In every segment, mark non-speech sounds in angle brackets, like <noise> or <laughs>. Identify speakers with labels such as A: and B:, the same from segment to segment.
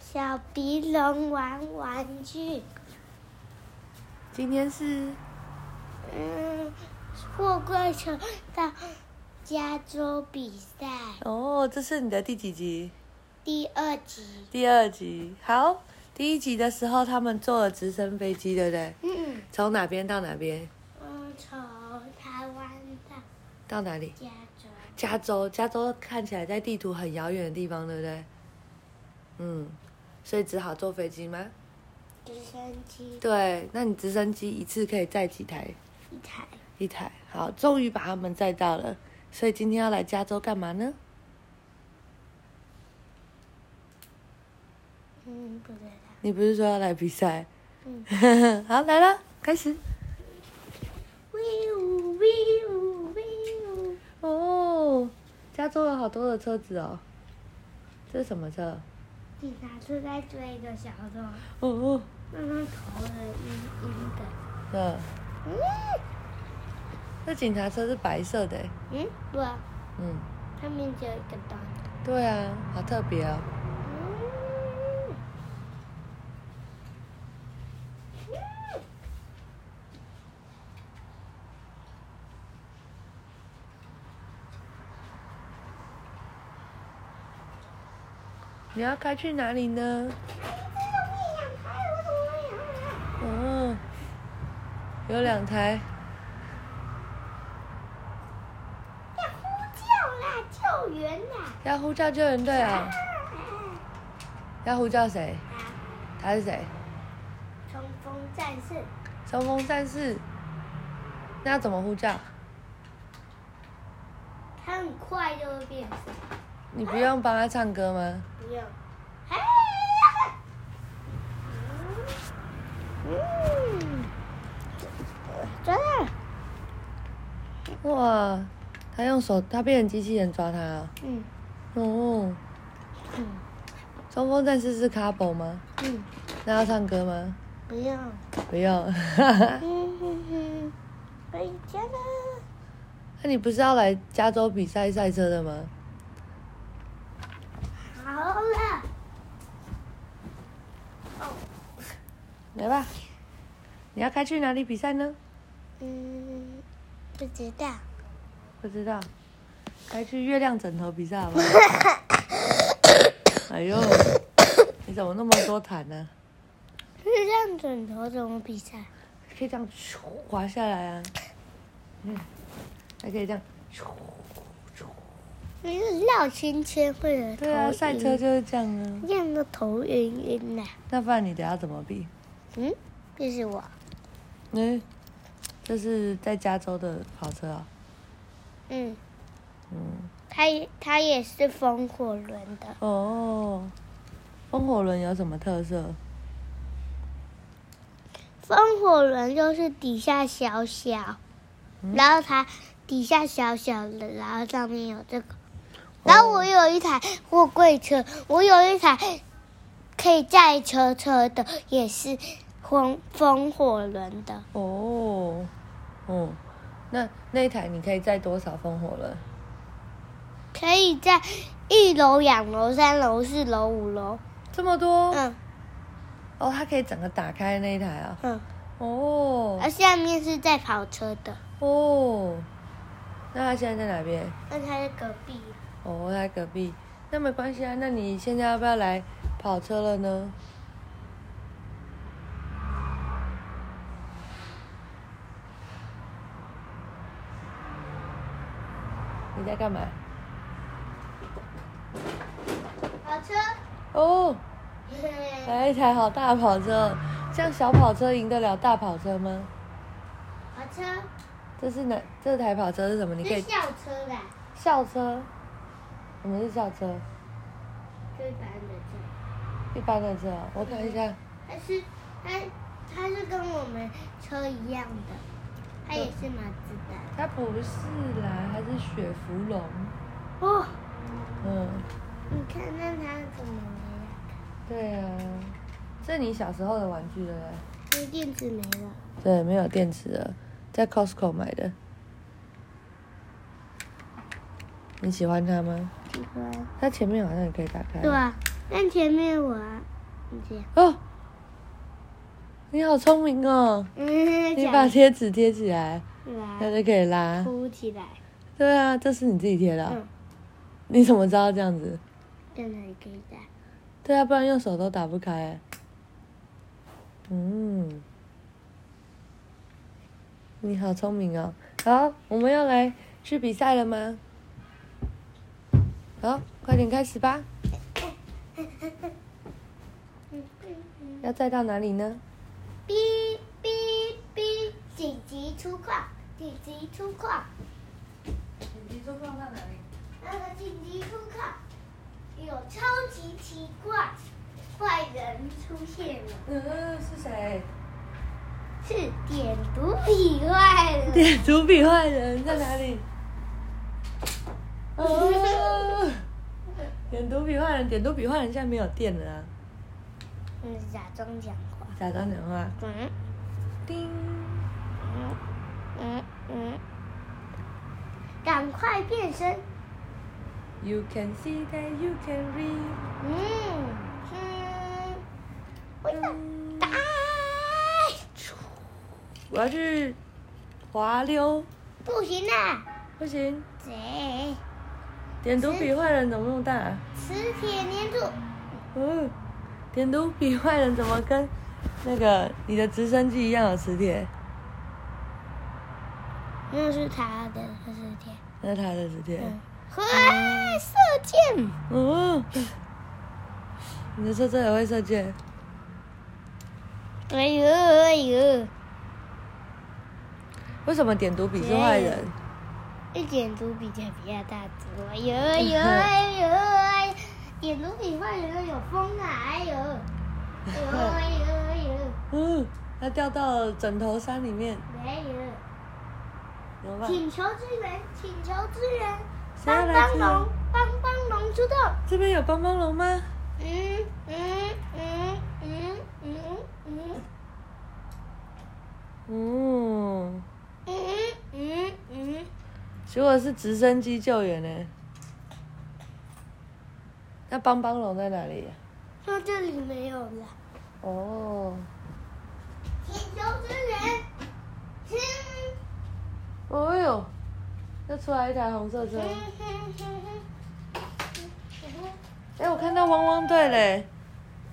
A: 小鼻龙玩玩具，
B: 今天是
A: 嗯，货柜车到加州比赛
B: 哦，这是你的第几集？
A: 第二集。
B: 第二集。好，第一集的时候他们坐了直升飞机，对不对？
A: 嗯
B: 从哪边到哪边？
A: 嗯，从台湾到
B: 到哪里？
A: 加州，
B: 加州，加州看起来在地图很遥远的地方，对不对？嗯，所以只好坐飞机吗？
A: 直升机
B: 对，那你直升机一次可以载几台？
A: 一台
B: 一台。好，终于把他们载到了。所以今天要来加州干嘛呢？
A: 嗯，不知道。
B: 你不是说要来比赛？
A: 嗯
B: <laughs> 好，来了，开始。
A: 威武威武威武！
B: 哦，加州有好多的车子哦。这是什么车？
A: 警察是在追一个小偷，
B: 哦哦，
A: 让他头了晕晕的。
B: 嗯，
A: 嗯
B: 那警察车是白色的耶。欸
A: 嗯，不，
B: 嗯，
A: 他们只有一个洞。
B: 对啊，好特别哦。
A: 嗯嗯
B: 你要开去哪里呢？嗯，有两台。
A: 要呼叫啦，救援啦！
B: 要呼叫救援队啊！要呼叫谁？
A: 啊，
B: 他是谁？
A: 冲锋战士，
B: 冲锋战士。那要怎么呼叫？
A: 他很快就会变身，
B: 你不用帮他唱歌吗？
A: 不用。哎呀嗯，嗯真的，
B: 哇，他用手，他变成机器人抓他啊、
A: 嗯
B: 哦，
A: 嗯
B: 冲锋战士是 couple 吗？
A: 嗯，
B: 那要唱歌吗？
A: 不用。
B: 不 <laughs> 用。
A: 嗯哼哼，回家了。
B: 那你不是要来加州比赛赛车的吗？
A: 好了，
B: 来吧。你要开去哪里比赛呢？
A: 嗯，不知道。
B: 不知道。开去月亮枕头比赛好 <laughs> 吗？哎呦，你怎么那么多痰呢、
A: 月亮枕头怎么比赛？
B: 可以这样咻滑下来啊。嗯，还可以这样。咻咻
A: 那个绕圈圈会有头
B: 对啊，赛车
A: 晕，
B: 就是这样啊。
A: 让的头晕晕的。
B: 那不然你等下怎么比？
A: 嗯，这是我。
B: 嗯，这是在加州的跑车啊。
A: 嗯，
B: 嗯，
A: 它也它也是风火轮的，
B: 哦，风火轮有什么特色？
A: 风火轮就是底下小小，
B: 嗯
A: 然后它底下小小的，然后上面有这
B: 哦
A: 个。然后我有一台货柜车，我有一台可以载车车的，也是风风火轮的，
B: 哦，嗯，那那一台你可以载多少风火轮？
A: 可以在一楼、两楼、三楼、四楼、五楼。
B: 这么多？
A: 嗯
B: 哦，它可以整个打开那一台啊。
A: 嗯，
B: 哦
A: 而下面是在跑车的，
B: 哦，那它现在在哪边？
A: 那它在隔壁。
B: 哦，它在隔壁。那没关系啊，那你现在要不要来跑车了呢？你在干嘛？
A: 跑车，
B: 哦，来一台好大的跑车哦，这样小跑车赢得了大跑车吗？
A: 跑车，
B: 这是哪？这台跑车是什么？你可
A: 是
B: 以
A: 校车啦，
B: 校车，我们是校车，
A: 最版的车。
B: 一般的车哦。我看一下，
A: 它是它它是跟我们车一样的，它也是马自达。
B: 它不是啦，它是雪佛龙。
A: 哦，
B: 嗯，
A: 你看看它怎么没
B: 对啊，这你小时候的玩具了嘞？
A: 了？那电池没了。
B: 对，没有电池了，在 Costco 买的。你喜欢它吗？
A: 喜欢。
B: 它前面好像也可以打开。
A: 对。啊，但前面我啊这样。
B: 哦，你好聪明哦！
A: 嗯，
B: 你
A: 这
B: 把
A: 样
B: 贴纸贴起来，它
A: 来
B: 就可以拉。
A: 哭起来，
B: 对啊，这是你自己贴的啊、
A: 嗯
B: 你怎么知道这样子？
A: 变成一个蛋。
B: 对啊，不然用手都打不开、嗯，你好聪明哦！好，我们要来去比赛了吗？好，快点开始吧！要再到哪里呢？
A: 哔哔哔，紧急出矿，紧急出矿，那个紧急出矿，有超级奇怪坏人出现了，
B: 嗯，是谁？
A: 是点读笔坏人。
B: 点主笔坏人在哪里？哦，点读笔坏人，点读笔坏人现在没有电了啊！
A: 嗯，假装讲话。
B: 假装讲话，
A: 嗯
B: 叮，
A: 嗯嗯嗯，赶快变身。
B: You can see that you can read。
A: 嗯嗯，我要
B: 嗯
A: 打。
B: 我要去滑溜，
A: 不行啦，
B: 不行，
A: 谁？
B: 点读笔坏人怎么那么大、啊？
A: 磁铁粘住。
B: 嗯，点读笔坏人怎么跟那个你的直升机一样有磁铁？
A: 那是他的磁铁。
B: 那是他的磁铁。
A: 嗯，哇，射箭！嗯
B: 哦，你的车车也会射箭？
A: 哎呦哎呦，
B: 为什么点读笔是坏人？
A: 一点读比较比较大只。哎呦哎呦哎呦哎呦，点读比坏人有风啊！哎呦，哎呦哎呦哎呦
B: 嗯，他掉到了枕头山里面，
A: 哎呦！
B: 怎么办？
A: 请求支援，请求支援！
B: 谁要
A: 帮
B: 来
A: 帮
B: 吃
A: 龙，帮帮龙出动！
B: 这边有帮帮龙吗？
A: 嗯嗯嗯嗯嗯嗯
B: 嗯，
A: 嗯嗯嗯，
B: 结果是直升机救援呢。那帮帮龙在哪里、啊
A: 那这里没有了。
B: 哦，
A: 请求支援！请
B: 哦呦，又出来一台红色车。哎、我看到汪汪队嘞。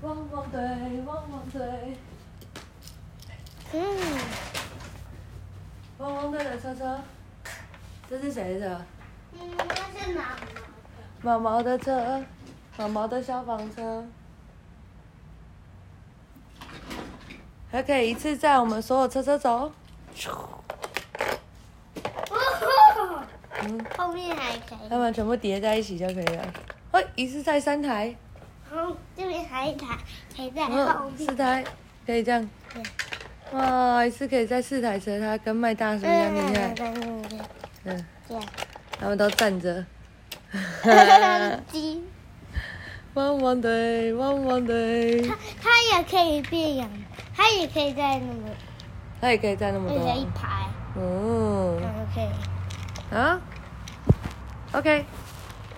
B: 汪汪队，汪汪队，
A: 嗯，
B: 汪汪队的车车。这是谁的？
A: 嗯，那是哪？
B: 毛毛的车，毛毛的消防车，还可以一次载我们所有车车走。
A: 哦
B: 嗯，
A: 吼，后面还可以。
B: 它们全部叠在一起就可以了。哦，一次载三台，
A: 然后这边还有一台，还在后
B: 嗯，四
A: 面。
B: 台，可以这样。哇，一次可以载四台车，它跟麦大叔一样厉害。
A: 嗯，
B: 嗯，
A: 这
B: 他们都站 <laughs> 着。
A: 样。鸡，
B: 汪汪队，汪汪队，
A: 它它也可以变羊，它也可以在那个，
B: 它也可以载那么啊
A: 那个一
B: 多。
A: 排，
B: 嗯
A: 然后可以。
B: 啊，OK，